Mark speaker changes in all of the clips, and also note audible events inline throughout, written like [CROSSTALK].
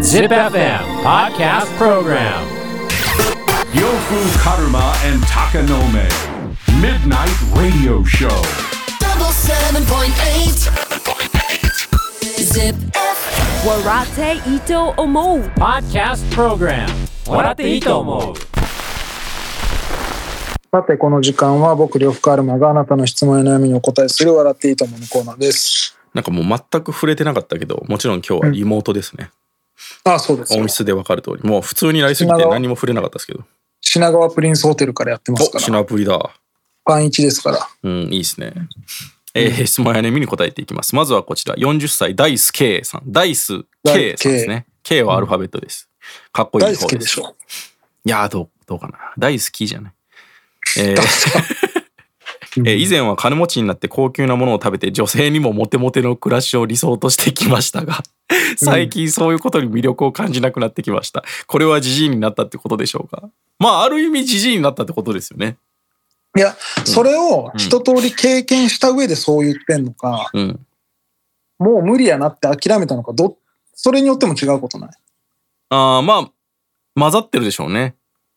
Speaker 1: Zip FM Podcast Program
Speaker 2: Yofu Karuma and Takanome. Midnight Radio Show.
Speaker 3: double seven point eight. Zip.
Speaker 4: Warate Ito Omo.
Speaker 1: Podcast Program 笑っていいと思う
Speaker 5: さて、この時間は僕、呂布カルマがあなたの質問や悩みにお答えする笑っていいと思うのコーナーです。
Speaker 6: なんかもう全く触れてなかったけど、もちろん今日はリモートですね。
Speaker 5: あそうですよ
Speaker 6: 音。質でわかる通り。もう普通になりすぎて何も触れなかったですけど。
Speaker 5: 品川プリンスホテルからやってます
Speaker 6: お、
Speaker 5: から。
Speaker 6: 品ぶりだ。
Speaker 5: パン1ですから。
Speaker 6: うん、いいですね。えー質問や悩みに答えていきます。まずはこちら、40歳、ダイス K さん。ダイス K さんですね。K はアルファベットです。かっこいい方
Speaker 5: 大
Speaker 6: です。
Speaker 5: 好きでしょ。
Speaker 6: いやーどう、どうかな。大好きじゃない。えー [LAUGHS] えー以前は金持ちになって高級なものを食べて女性にもモテモテの暮らしを理想としてきましたが最近そういうことに魅力を感じなくなってきましたこれはじじいになったってことでしょうかまあある意味じじいになったってことですよね
Speaker 5: いや、それを一通り経験した上でそう言ってんのか、
Speaker 6: うん
Speaker 5: もう無理やなって諦めたのか、どそれによっても違うことない。
Speaker 6: あーまあ混ざってるでしょうね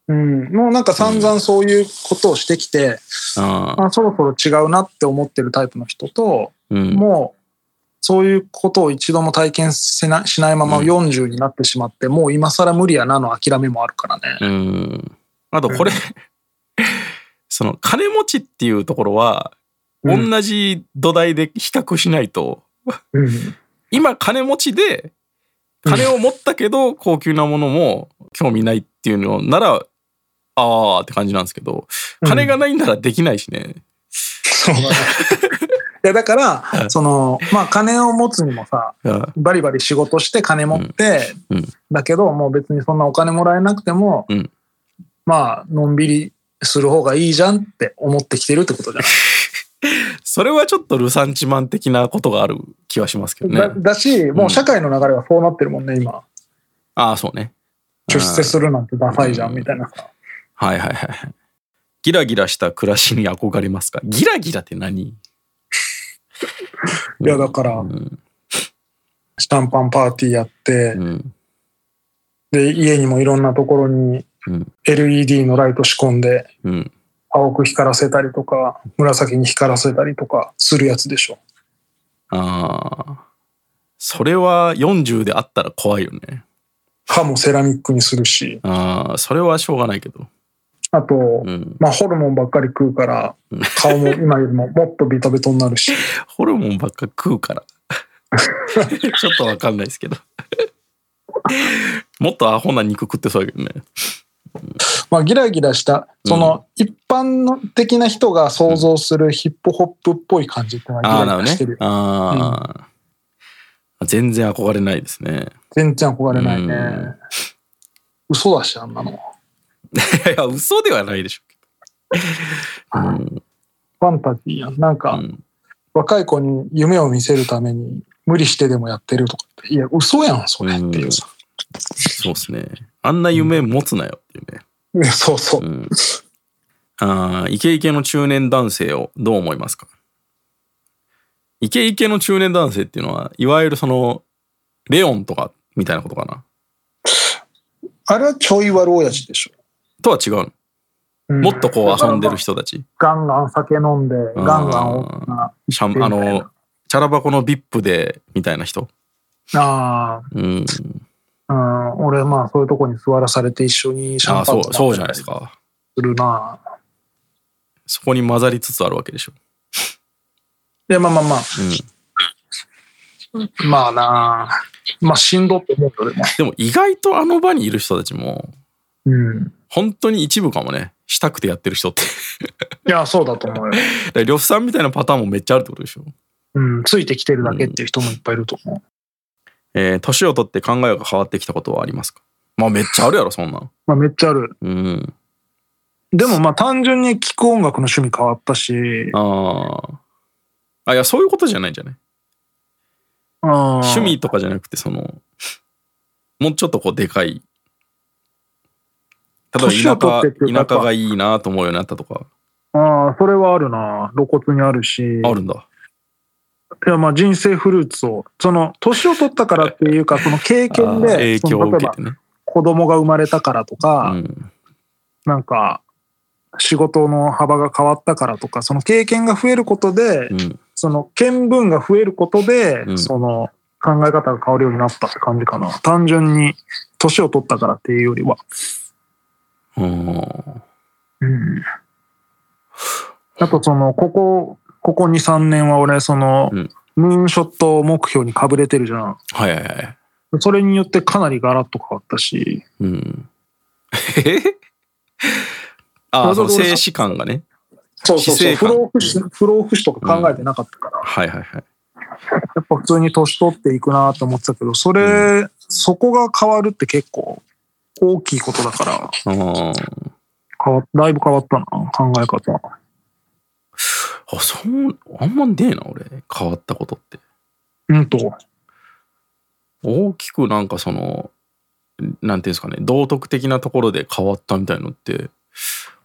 Speaker 5: うん、もうなんか散々そういうことをしてきて、
Speaker 6: あー
Speaker 5: あそろそろ違うなって思ってるタイプの人と、
Speaker 6: うん
Speaker 5: もうそういうことを一度も体験せなしないまま40になってしまって、もう今更無理やなの諦めもあるからね。
Speaker 6: うんあとこれ、 [LAUGHS] その金持ちっていうところは同じ土台で比較しないと、
Speaker 5: うん
Speaker 6: 今金持ちで金を持ったけど高級なものも興味ないっていうのならあーって感じなんですけど
Speaker 5: うん
Speaker 6: 金がないならできないしね、
Speaker 5: そう [LAUGHS] だね。いやだから、その、まあ金を持つにもさ、
Speaker 6: うん
Speaker 5: バリバリ仕事して金持って、
Speaker 6: うんうん
Speaker 5: だけどもう別にそんなお金もらえなくても、
Speaker 6: うん
Speaker 5: まあのんびりする方がいいじゃんって思ってきてるってことじゃ
Speaker 6: それはちょっとルサンチマン的なことがある気はしますけど
Speaker 5: ない、だ
Speaker 6: ね
Speaker 5: だしもう社会の流れはそうなってるもんね今
Speaker 6: ああそうね
Speaker 5: 出世するなんてダサいじゃんみたいなさ
Speaker 6: はいはいはいはいギラギラした暮らしに憧れますかギラギラって何
Speaker 5: いやだから
Speaker 6: うん
Speaker 5: シャンパンパーティーやって
Speaker 6: うん
Speaker 5: で家にもいろんなところに
Speaker 6: うん
Speaker 5: LED のライト仕込んで
Speaker 6: うん
Speaker 5: 青く光らせたりとか紫に光らせたりとかするやつでしょ
Speaker 6: ああそれは40であったら怖いよね
Speaker 5: 歯もセラミックにするし
Speaker 6: ああそれはしょうがないけど
Speaker 5: あと、
Speaker 6: うん
Speaker 5: まあ、ホルモンばっかり食うから顔も今よりももっとベトベトになるし
Speaker 6: ホルモンばっか食うから [LAUGHS] ちょっとわかんないですけどもっとアホな肉食ってそうだけどね
Speaker 5: まあギラギラしたその一般の的な人が想像するヒップホップっぽい感じってのはギ
Speaker 6: ああ
Speaker 5: ラ
Speaker 6: な
Speaker 5: ギ
Speaker 6: る
Speaker 5: ラし
Speaker 6: ね
Speaker 5: てるよ
Speaker 6: ああ全然憧れないですね
Speaker 5: 全然憧れないうね
Speaker 6: ん
Speaker 5: 嘘だしあんなの
Speaker 6: いや嘘ではないでしょうけど
Speaker 5: ファンタジーやんなんか、
Speaker 6: うんうん
Speaker 5: 若い子に夢を見せるために無理してでもやってるとかっていや嘘やんそれっていうさ、
Speaker 6: そうですねあんな夢持つなよっていうね
Speaker 5: いや [LAUGHS] そうそう、
Speaker 6: うんああイケイケの中年男性をどう思いますかイケイケの中年男性っていうのはいわゆるそのレオンとかみたいなことかな
Speaker 5: あれはちょい悪親父でしょ、
Speaker 6: とは違うの
Speaker 5: うん
Speaker 6: もっとこう遊んでる人たち
Speaker 5: ガンガン酒飲んでガンガン大きな
Speaker 6: シャ
Speaker 5: うん
Speaker 6: ンあのチャラ箱の VIP でみたいな人
Speaker 5: あ
Speaker 6: うん
Speaker 5: あ、うん、俺まあそういうとこに座らされて一緒にシャン
Speaker 6: あ
Speaker 5: パ
Speaker 6: あ
Speaker 5: ンとか
Speaker 6: そうそうじゃないですか
Speaker 5: するな。
Speaker 6: そこに混ざりつつあるわけでしょ、
Speaker 5: いやまあまあまあ、
Speaker 6: うん、
Speaker 5: まあなあ。まあしんどって思うよでも。
Speaker 6: でも意外とあの場にいる人たちも
Speaker 5: うん。
Speaker 6: 本当に一部かもねしたくてやってる人って [LAUGHS]
Speaker 5: いや、そうだと思うよ。
Speaker 6: だから呂布さんみたいなパターンもめっちゃあるってことでしょ
Speaker 5: うん。ついてきてるだけっていう人もいっぱいいると思う。
Speaker 6: えー年を取って考えが変わってきたことはありますかまあめっちゃあるやろそんなん
Speaker 5: まあめっちゃある。
Speaker 6: うん
Speaker 5: でもまあ単純に聴く音楽の趣味変わったし、
Speaker 6: あーあいやそういうことじゃないんじゃない
Speaker 5: 趣
Speaker 6: 趣味とかじゃなくてそのもうちょっとこうでかい
Speaker 5: 年を取ってっていうか
Speaker 6: 例えば田舎田舎がいいなと思うようになったとか
Speaker 5: ああ、それはあるな。露骨にあるし、
Speaker 6: あるんだ
Speaker 5: いやまあ人生フルーツをその年を取ったからっていう
Speaker 6: [LAUGHS]
Speaker 5: かその経
Speaker 6: あ
Speaker 5: 験
Speaker 6: ー
Speaker 5: で
Speaker 6: 影響
Speaker 5: そ
Speaker 6: を
Speaker 5: の例
Speaker 6: 受
Speaker 5: え
Speaker 6: け
Speaker 5: ば
Speaker 6: てね。
Speaker 5: 子供が生まれたからと
Speaker 6: う
Speaker 5: か、
Speaker 6: ん、
Speaker 5: なんか仕事の幅が変わったからとかその経験が増えることで、
Speaker 6: うん、
Speaker 5: その見聞が増えることで、
Speaker 6: うん
Speaker 5: その考え方が変わるようになったって感じかな単純に年を取ったからっていうよりは。
Speaker 6: うん
Speaker 5: うんあとそのここここ23年は俺その、
Speaker 6: うん
Speaker 5: ムーンショット目標にかぶれてるじゃん
Speaker 6: はいはいはい。
Speaker 5: それによってかなりガラッと変わったし
Speaker 6: うん。えへ [LAUGHS] ああ、その静止感がね。
Speaker 5: そうそうそう
Speaker 6: 姿勢
Speaker 5: 不
Speaker 6: 感
Speaker 5: 老不死不老不死とか考えてなかったから、
Speaker 6: はいはいはい。
Speaker 5: やっぱ普通に年取っていくなと思ってたけどそれ、そこが変わるって結構大きいことだから
Speaker 6: あ
Speaker 5: 変わだいぶ変わったな考え方
Speaker 6: あ、そう、あんまねえな、俺。変わったことって。
Speaker 5: うんと
Speaker 6: 大きくなんかその、なんていうんですかね、道徳的なところで変わったみたいのって、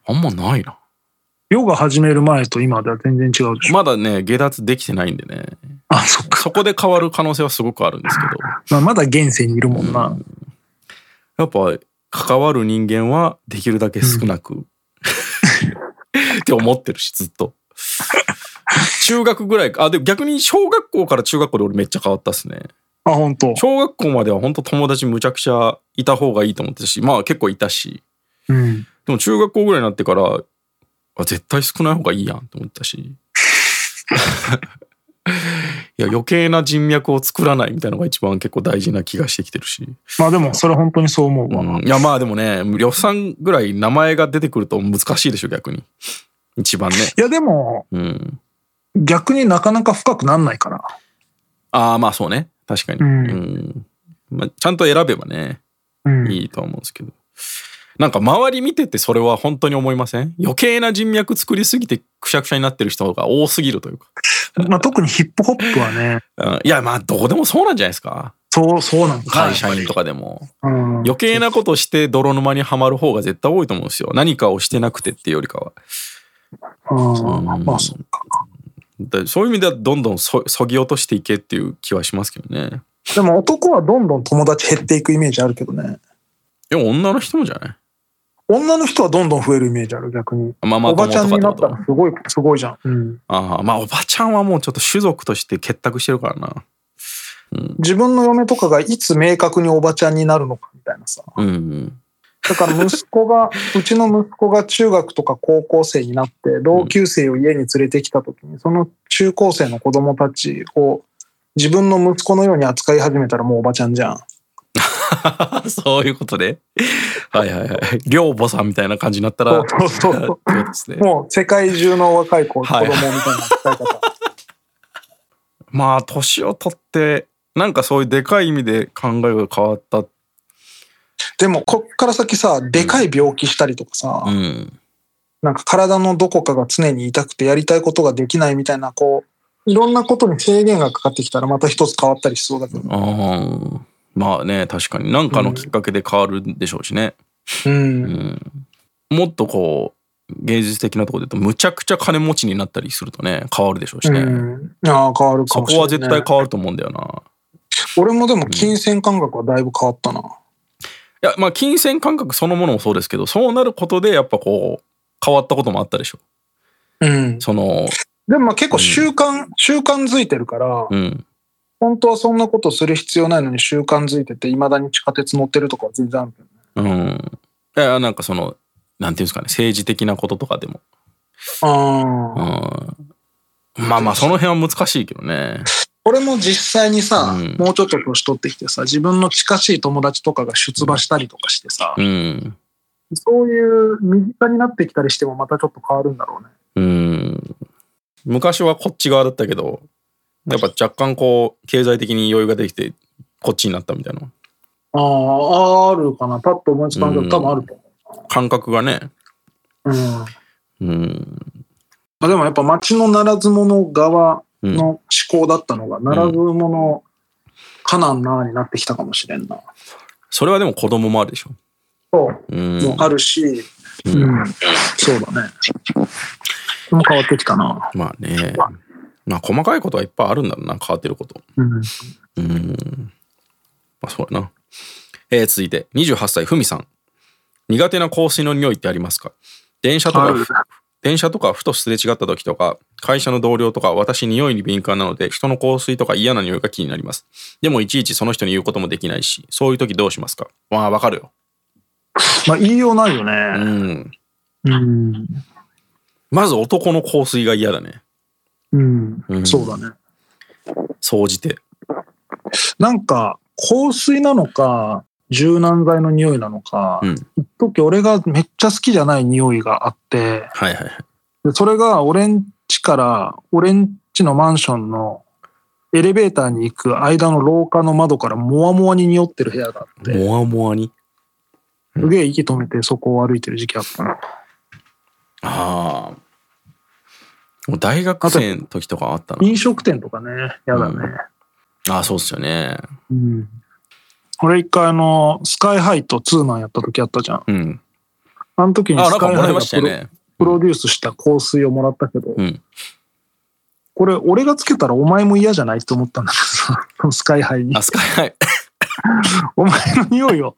Speaker 6: あんまないな。
Speaker 5: ヨガ始める前と今では全然違うでしょ、
Speaker 6: まだね、下脱できてないんでね。
Speaker 5: あそっか
Speaker 6: そこで変わる可能性はすごくあるんですけど。
Speaker 5: まあまだ現世にいるもんな、
Speaker 6: やっぱ関わる人間はできるだけ少な [LAUGHS] く、って思ってるしずっと中学ぐらいかあでも逆に小学校から中学校で俺めっちゃ変わったっすね
Speaker 5: あ本当
Speaker 6: 小学校までは本当友達むちゃくちゃいた方がいいと思ってたしまあ結構いたし
Speaker 5: うん
Speaker 6: でも中学校ぐらいになってからあ絶対少ない方がいいやんって思ったし [LAUGHS] いや余計な人脈を作らないみたいなのが一番結構大事な気がしてきてるし
Speaker 5: まあでもそれ本当にそう思うわ。
Speaker 6: うんいやまあでもね呂布さんぐらい名前が出てくると難しいでしょ逆に一番ね
Speaker 5: いやでも
Speaker 6: うん
Speaker 5: 逆になかなか深くなんないから。
Speaker 6: ああまあそうね確かに、う
Speaker 5: うんん
Speaker 6: まあ、ちゃんと選べばね
Speaker 5: うん。
Speaker 6: いいとは思うんですけど、なんか周り見ててそれは本当に思いません余計な人脈作りすぎてくしゃくしゃになってる人が多すぎるというか、
Speaker 5: まあ特にヒップホップはね、
Speaker 6: うん、いやまあどこでもそうなんじゃないですか
Speaker 5: そう、そうなんか。
Speaker 6: 会社員とかでも、
Speaker 5: うん。
Speaker 6: 余計なことして泥沼にはまる方が絶対多いと思うんですよ何かをしてなくてっていうよりかは
Speaker 5: うんまあそうか。
Speaker 6: だそういう意味ではどんどんそそぎ落としていけっていう気はしますけどね
Speaker 5: でも男はどんどん友達減っていくイメージあるけどね。
Speaker 6: でも女の人もじゃない
Speaker 5: 女の人はどんどん増えるイメージある逆に。
Speaker 6: まあまあ
Speaker 5: おばちゃんになった
Speaker 6: 友とか
Speaker 5: ら
Speaker 6: って
Speaker 5: すごい、すごいじゃん。うん。
Speaker 6: ことああまあおばちゃんはもうちょっと種族として結託してるからな
Speaker 5: 自分の嫁とかがいつ明確におばちゃんになるのかみたいなさ。
Speaker 6: うんうん
Speaker 5: だから息子が、うちの息子が中学とか高校生になって、同級生を家に連れてきた時に、その中高生の子供たちを自分の息子のように扱い始めたらもうおばちゃんじゃん。
Speaker 6: [LAUGHS] そういうことではいはいはい寮母さんみたいな感じになったら
Speaker 5: そうそうそう
Speaker 6: ってことですね
Speaker 5: もう世界中の若い子、子
Speaker 6: は
Speaker 5: 供
Speaker 6: い
Speaker 5: みたいな扱い方。
Speaker 6: まあ年を取ってなんかそういうでかい意味で考えが変わった
Speaker 5: [LAUGHS] でも、こっから先さ、でかい病気したりとかさ、
Speaker 6: うん
Speaker 5: なんか体のどこかが常に痛くてやりたいことができないみたいな、こう、いろんなことに制限がかかってきたらまた一つ変わったりしそうだけどね。
Speaker 6: あーまあね確かに何かのきっかけで変わるんでしょうしね、
Speaker 5: うん。
Speaker 6: うん、もっとこう芸術的なところで言うとむちゃくちゃ金持ちになったりするとね変わるでしょうし
Speaker 5: う
Speaker 6: ね、
Speaker 5: ん。ああ、変わるか
Speaker 6: そ
Speaker 5: もしれ
Speaker 6: こ
Speaker 5: な、
Speaker 6: はい絶対変わると思うんだよな。
Speaker 5: 俺もでも金銭感覚はだいぶ変わったな。
Speaker 6: いやまあ金銭感覚そのものもそうですけどそうなることでやっぱこう変わったこともあったでしょ
Speaker 5: うん。
Speaker 6: その
Speaker 5: でもまあ結構習慣、習慣づいてるから、
Speaker 6: うん
Speaker 5: 本当はそんなことする必要ないのに習慣づいてて、いまだに地下鉄乗ってるとかは全然あるけど
Speaker 6: うんいやなんかそのなんていうんですかね政治的なこととかでも、う
Speaker 5: ああ。
Speaker 6: ん、まあまあその辺は難しいけどね
Speaker 5: 俺も実際にさ、
Speaker 6: うん
Speaker 5: もうちょっと年取ってきてさ、自分の近しい友達とかが出馬したりとかしてさ、
Speaker 6: うん
Speaker 5: そういう身近になってきたりしてもまたちょっと変わるんだろうね。
Speaker 6: うん昔はこっち側だったけどやっぱ若干こう経済的に余裕ができてこっちになったみたいな
Speaker 5: ああ、あるかな。パッと思いつかんけど、多分あると思
Speaker 6: 感覚がね
Speaker 5: う。うん。
Speaker 6: うん
Speaker 5: あでもやっぱ町のならず者側
Speaker 6: うん
Speaker 5: の思考だったのが、ならず者かなんなーになってきたかもしれんな。
Speaker 6: それはでも子供もあるでしょ
Speaker 5: そうう、もうんあるし、
Speaker 6: う
Speaker 5: うんん、そうだね。もう変わってきたな。
Speaker 6: まあねまあ細かいことはいっぱいあるんだろうな変わってること
Speaker 5: うん。
Speaker 6: うーんまあそうやな、えー続いて28歳ふみさん苦手な香水の匂いってありますか電車と
Speaker 5: あ
Speaker 6: か
Speaker 5: る
Speaker 6: 電車とかふとすれ違った時とか会社の同僚とか私匂いに敏感なので人の香水とか嫌な匂いが気になりますでもいちいちその人に言うこともできないしそういう時どうしますかまあわかるよ
Speaker 5: まあ、言いようないうよね。
Speaker 6: ん
Speaker 5: うん。
Speaker 6: まず男の香水が嫌だね
Speaker 5: うん。
Speaker 6: うん
Speaker 5: そうだね。
Speaker 6: 総じて
Speaker 5: なんか、香水なのか、柔軟剤の匂いなのか、
Speaker 6: うん
Speaker 5: 一時俺がめっちゃ好きじゃない匂いがあって、
Speaker 6: はいはいはい
Speaker 5: でそれが俺ん家から、俺ん家のマンションのエレベーターに行く間の廊下の窓からモワモワに匂ってる部屋があって、
Speaker 6: モワモワに
Speaker 5: すげえ息止めてそこを歩いてる時期あったな。
Speaker 6: ああもう大学生の時とかあったな
Speaker 5: 飲食店とかね、やだね。
Speaker 6: ああそうっすよね
Speaker 5: うん。俺一回あの、スカイハイとツーマンやった時あったじゃん。
Speaker 6: うん
Speaker 5: あの時に
Speaker 6: あ
Speaker 5: ス
Speaker 6: なんか
Speaker 5: カイ
Speaker 6: も
Speaker 5: ハ
Speaker 6: ら
Speaker 5: イ
Speaker 6: い
Speaker 5: が
Speaker 6: ました
Speaker 5: プ
Speaker 6: よ
Speaker 5: ロ,、
Speaker 6: ね
Speaker 5: プロデュースした香水をもらったけど、
Speaker 6: うん
Speaker 5: これ俺がつけたらお前も嫌じゃないって思ったんだけどさ、そのスカイハイに
Speaker 6: あ。スカイハイ
Speaker 5: お前の [LAUGHS] 匂いを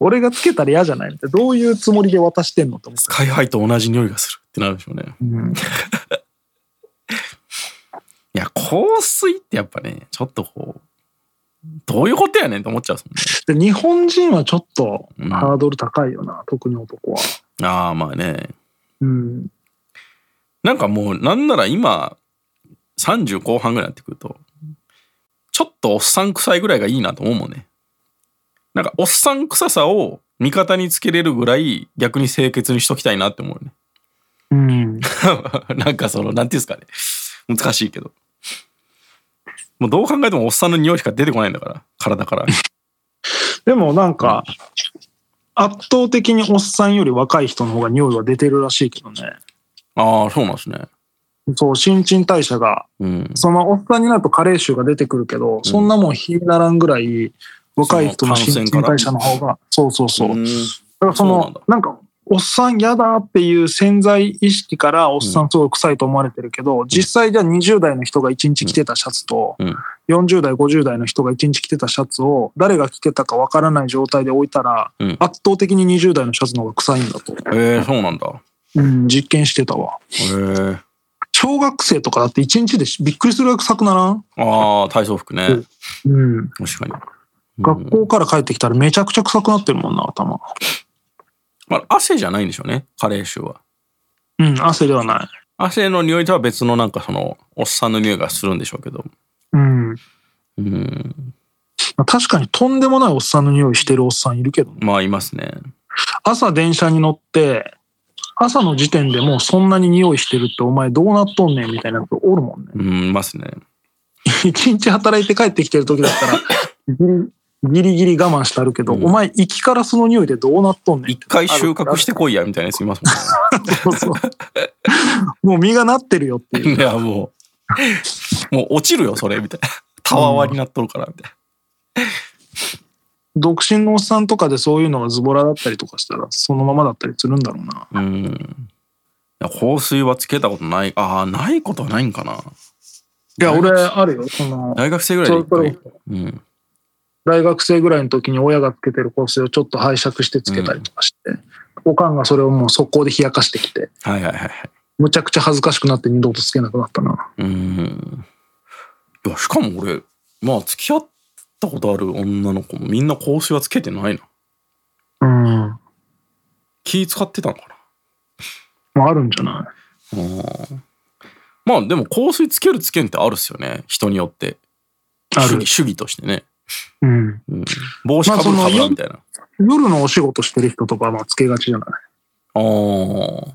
Speaker 5: 俺がつけたら嫌じゃないってどういうつもりで渡してんのと思っ
Speaker 6: [LAUGHS] ス
Speaker 5: て。
Speaker 6: カイハイと同じ匂いがするってなるでしょうね
Speaker 5: うん、
Speaker 6: いや香水ってやっぱねちょっとこうどういうことやねんと思っちゃうっすもんね
Speaker 5: で日本人はちょっと
Speaker 6: うん
Speaker 5: ハードル高いよな、特に男は。
Speaker 6: ああまあね
Speaker 5: うん、
Speaker 6: なんかもうなんなら今30後半ぐらいになってくるとちょっとおっさん臭いぐらいがいいなと思うもんねなんかおっさん臭さを味方につけれるぐらい逆に清潔にしときたいなって思うよね
Speaker 5: うん、
Speaker 6: [LAUGHS] なんかそのなんていうんですかね難しいけどもうどう考えてもおっさんの匂いしか出てこないんだから
Speaker 5: [LAUGHS]
Speaker 6: 体から
Speaker 5: でもなんか圧倒的におっさんより若い人の方が匂いは出てるらしいけどね。
Speaker 6: ああそうなんですね
Speaker 5: そう新陳代謝が
Speaker 6: うん
Speaker 5: そのおっさんになると加齢臭が出てくるけど、そんなもん火にならんぐらい若い人の新陳代謝の方がそうそうそう、だ
Speaker 6: ん
Speaker 5: からそ
Speaker 6: そう
Speaker 5: の
Speaker 6: なんだ
Speaker 5: なんかおっさん嫌だっていう潜在意識からおっさんすごい臭いと思われてるけど、実際じゃあ20代の人が1日着てたシャツと、
Speaker 6: うん
Speaker 5: 40代50代の人が1日着てたシャツを誰が着てたかわからない状態で置いたら、
Speaker 6: うん
Speaker 5: 圧倒的に20代のシャツの方が臭いんだと、
Speaker 6: ええそうなんだ
Speaker 5: うん、実験してたわ
Speaker 6: ええ
Speaker 5: 小学生とかだって1日でびっくりするぐらい臭くならん、
Speaker 6: ああ体操服ね
Speaker 5: うんうん
Speaker 6: 確かに
Speaker 5: 学校から帰ってきたらめちゃくちゃ臭くなってるもんな、頭。
Speaker 6: まあ、汗じゃないんでしょうね加齢臭は
Speaker 5: うん、汗ではない。
Speaker 6: 汗の匂いとは別のなんかそのおっさんの匂いがするんでしょうけど
Speaker 5: うん。
Speaker 6: うん
Speaker 5: まあ確かにとんでもないおっさんの匂いしてるおっさんいるけどね、
Speaker 6: まあいますね
Speaker 5: 朝電車に乗って、朝の時点でもうそんなに匂いしてるってお前どうなっとんねんみたいなやつおるもんね。
Speaker 6: うんいますね
Speaker 5: [LAUGHS] 一日働いて帰ってきてる時だったら、ギリギリギリ我慢してあるけど、
Speaker 6: うん
Speaker 5: お前行きからその匂いでどうなっとんねんっ
Speaker 6: 一
Speaker 5: て。
Speaker 6: 回収穫してこいやみたいなやついますも
Speaker 5: そうそう [LAUGHS] もう実がなってるよってい
Speaker 6: ん
Speaker 5: う。
Speaker 6: ねいやもうもう落ちるよそれみたいなたわわになっとるからみたい
Speaker 5: 独身のおっさんとかでそういうのがズボラだったりとかしたら、そのままだったりするんだろうな。
Speaker 6: なうんいや香水はつけたことないああないことはないんかない
Speaker 5: や、俺、あるよ。その、
Speaker 6: 大学生ぐらい
Speaker 5: そ
Speaker 6: で
Speaker 5: れ
Speaker 6: 一
Speaker 5: こ
Speaker 6: 回
Speaker 5: そ
Speaker 6: うん
Speaker 5: 大学生ぐらいの時に親がつけてる香水をちょっと拝借してつけたりとかして、おかんがそれをもう速攻で冷やかしてきて、
Speaker 6: はいはいはいはい
Speaker 5: むちゃくちゃ恥ずかしくなって二度とつけなくなったな。
Speaker 6: うん。いや、しかも俺、まあ、付き合ったことある女の子もみんな香水はつけてないな。
Speaker 5: うん。
Speaker 6: 気使ってたのか
Speaker 5: まあ、あるんじゃない
Speaker 6: な。うん。まあ、でも香水つけるつけんってあるっすよね。人によって。
Speaker 5: あ
Speaker 6: 主
Speaker 5: る
Speaker 6: 義。主義としてね。
Speaker 5: うん。
Speaker 6: うん、帽子かぶる
Speaker 5: まあ
Speaker 6: か
Speaker 5: その
Speaker 6: ぶらんみたいな。
Speaker 5: 夜のお仕事してる人とかはまあつけがちじゃない
Speaker 6: あー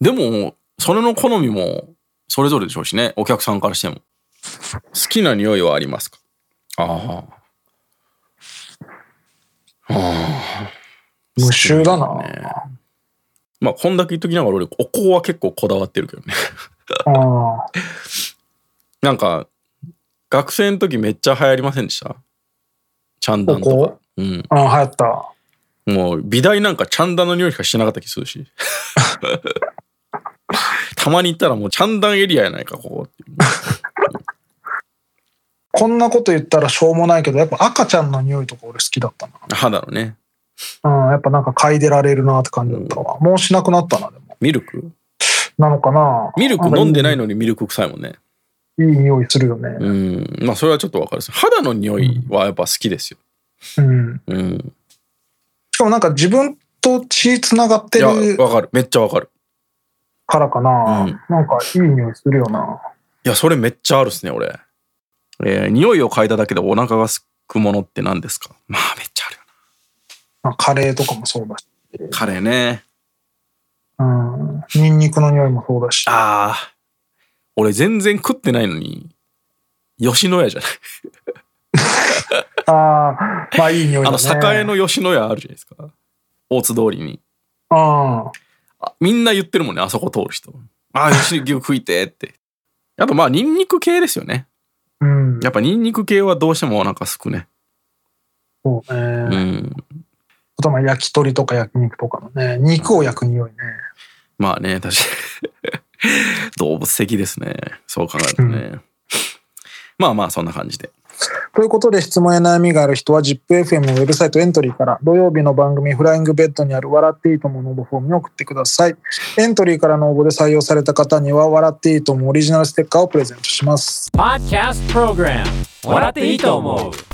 Speaker 6: でも、それの好みもそれぞれでしょうしね。お客さんからしても。好きな匂いはありますかああ。
Speaker 5: 無臭だな。
Speaker 6: ねまあ、こんだけ言っときながら俺、お香は結構こだわってるけどね。 [LAUGHS]
Speaker 5: ああ。
Speaker 6: なんか、学生の時めっちゃ流行りませんでしたチャンダンとか。うん。
Speaker 5: ああ、流行った。
Speaker 6: もう、美大なんかチャンダンの匂いしかしてなかった気するし。たまに行ったらもうチャンダンエリアやないか、ここっていう。
Speaker 5: こんなこと言ったらしょうもないけど、やっぱ赤ちゃんの匂いとか俺好きだった
Speaker 6: 肌のね。
Speaker 5: な。うん、やっぱなんか嗅いでられるなって感じだったわ。もうしなくなったな、でも。
Speaker 6: ミルク
Speaker 5: なのかな
Speaker 6: ミルク飲んでない
Speaker 5: の
Speaker 6: のにミルク臭いもんね。
Speaker 5: いい匂いするよね。
Speaker 6: うん。まあそれはちょっとわかるです。肌の匂いはやっぱ好きですよ。
Speaker 5: うん。
Speaker 6: うん。
Speaker 5: しかもなんか自分と血つながっ
Speaker 6: い
Speaker 5: て
Speaker 6: や、
Speaker 5: る
Speaker 6: わかる。めっちゃわかる。
Speaker 5: からかな。
Speaker 6: うん
Speaker 5: なんかいい匂いするよな。
Speaker 6: いや、それめっちゃあるっすね、俺。えー匂いを嗅いだだけでお腹がすくものって何ですかまあめっちゃあるよ
Speaker 5: まあカレーとかもそうだし。
Speaker 6: な。カレーね。
Speaker 5: うん。ニンニクの匂いもそうだし。
Speaker 6: ああ。俺全然食ってないのに、吉野家じゃない。
Speaker 5: ああ、まあいい匂い
Speaker 6: あ
Speaker 5: だね。
Speaker 6: の、栄の吉野家あるじゃないですか。大津通りに。
Speaker 5: うん。
Speaker 6: あみんな言ってるもんね、あそこ通る人。ああ、吉野牛食いてって。あとまあ、ニンニク系ですよね。
Speaker 5: うん。
Speaker 6: やっぱニンニク系はどうしてもお腹すくね。
Speaker 5: そうね。
Speaker 6: うん。
Speaker 5: あとまあ焼き鳥とか焼肉とかのね、肉を焼く匂いね。
Speaker 6: まあね、確かに。 [LAUGHS] 動物的ですね。そう考えるとね。まあまあ、そんな感じで。
Speaker 5: ということで質問や悩みがある人は ZIPFM のウェブサイトエントリーから土曜日の番組フライングベッドにある笑っていいともの応募フォームに送ってください。エントリーからの応募で採用された方には笑っていいともオリジナルステッカーをプレゼントします。
Speaker 1: Podcast Program 笑っていいと思う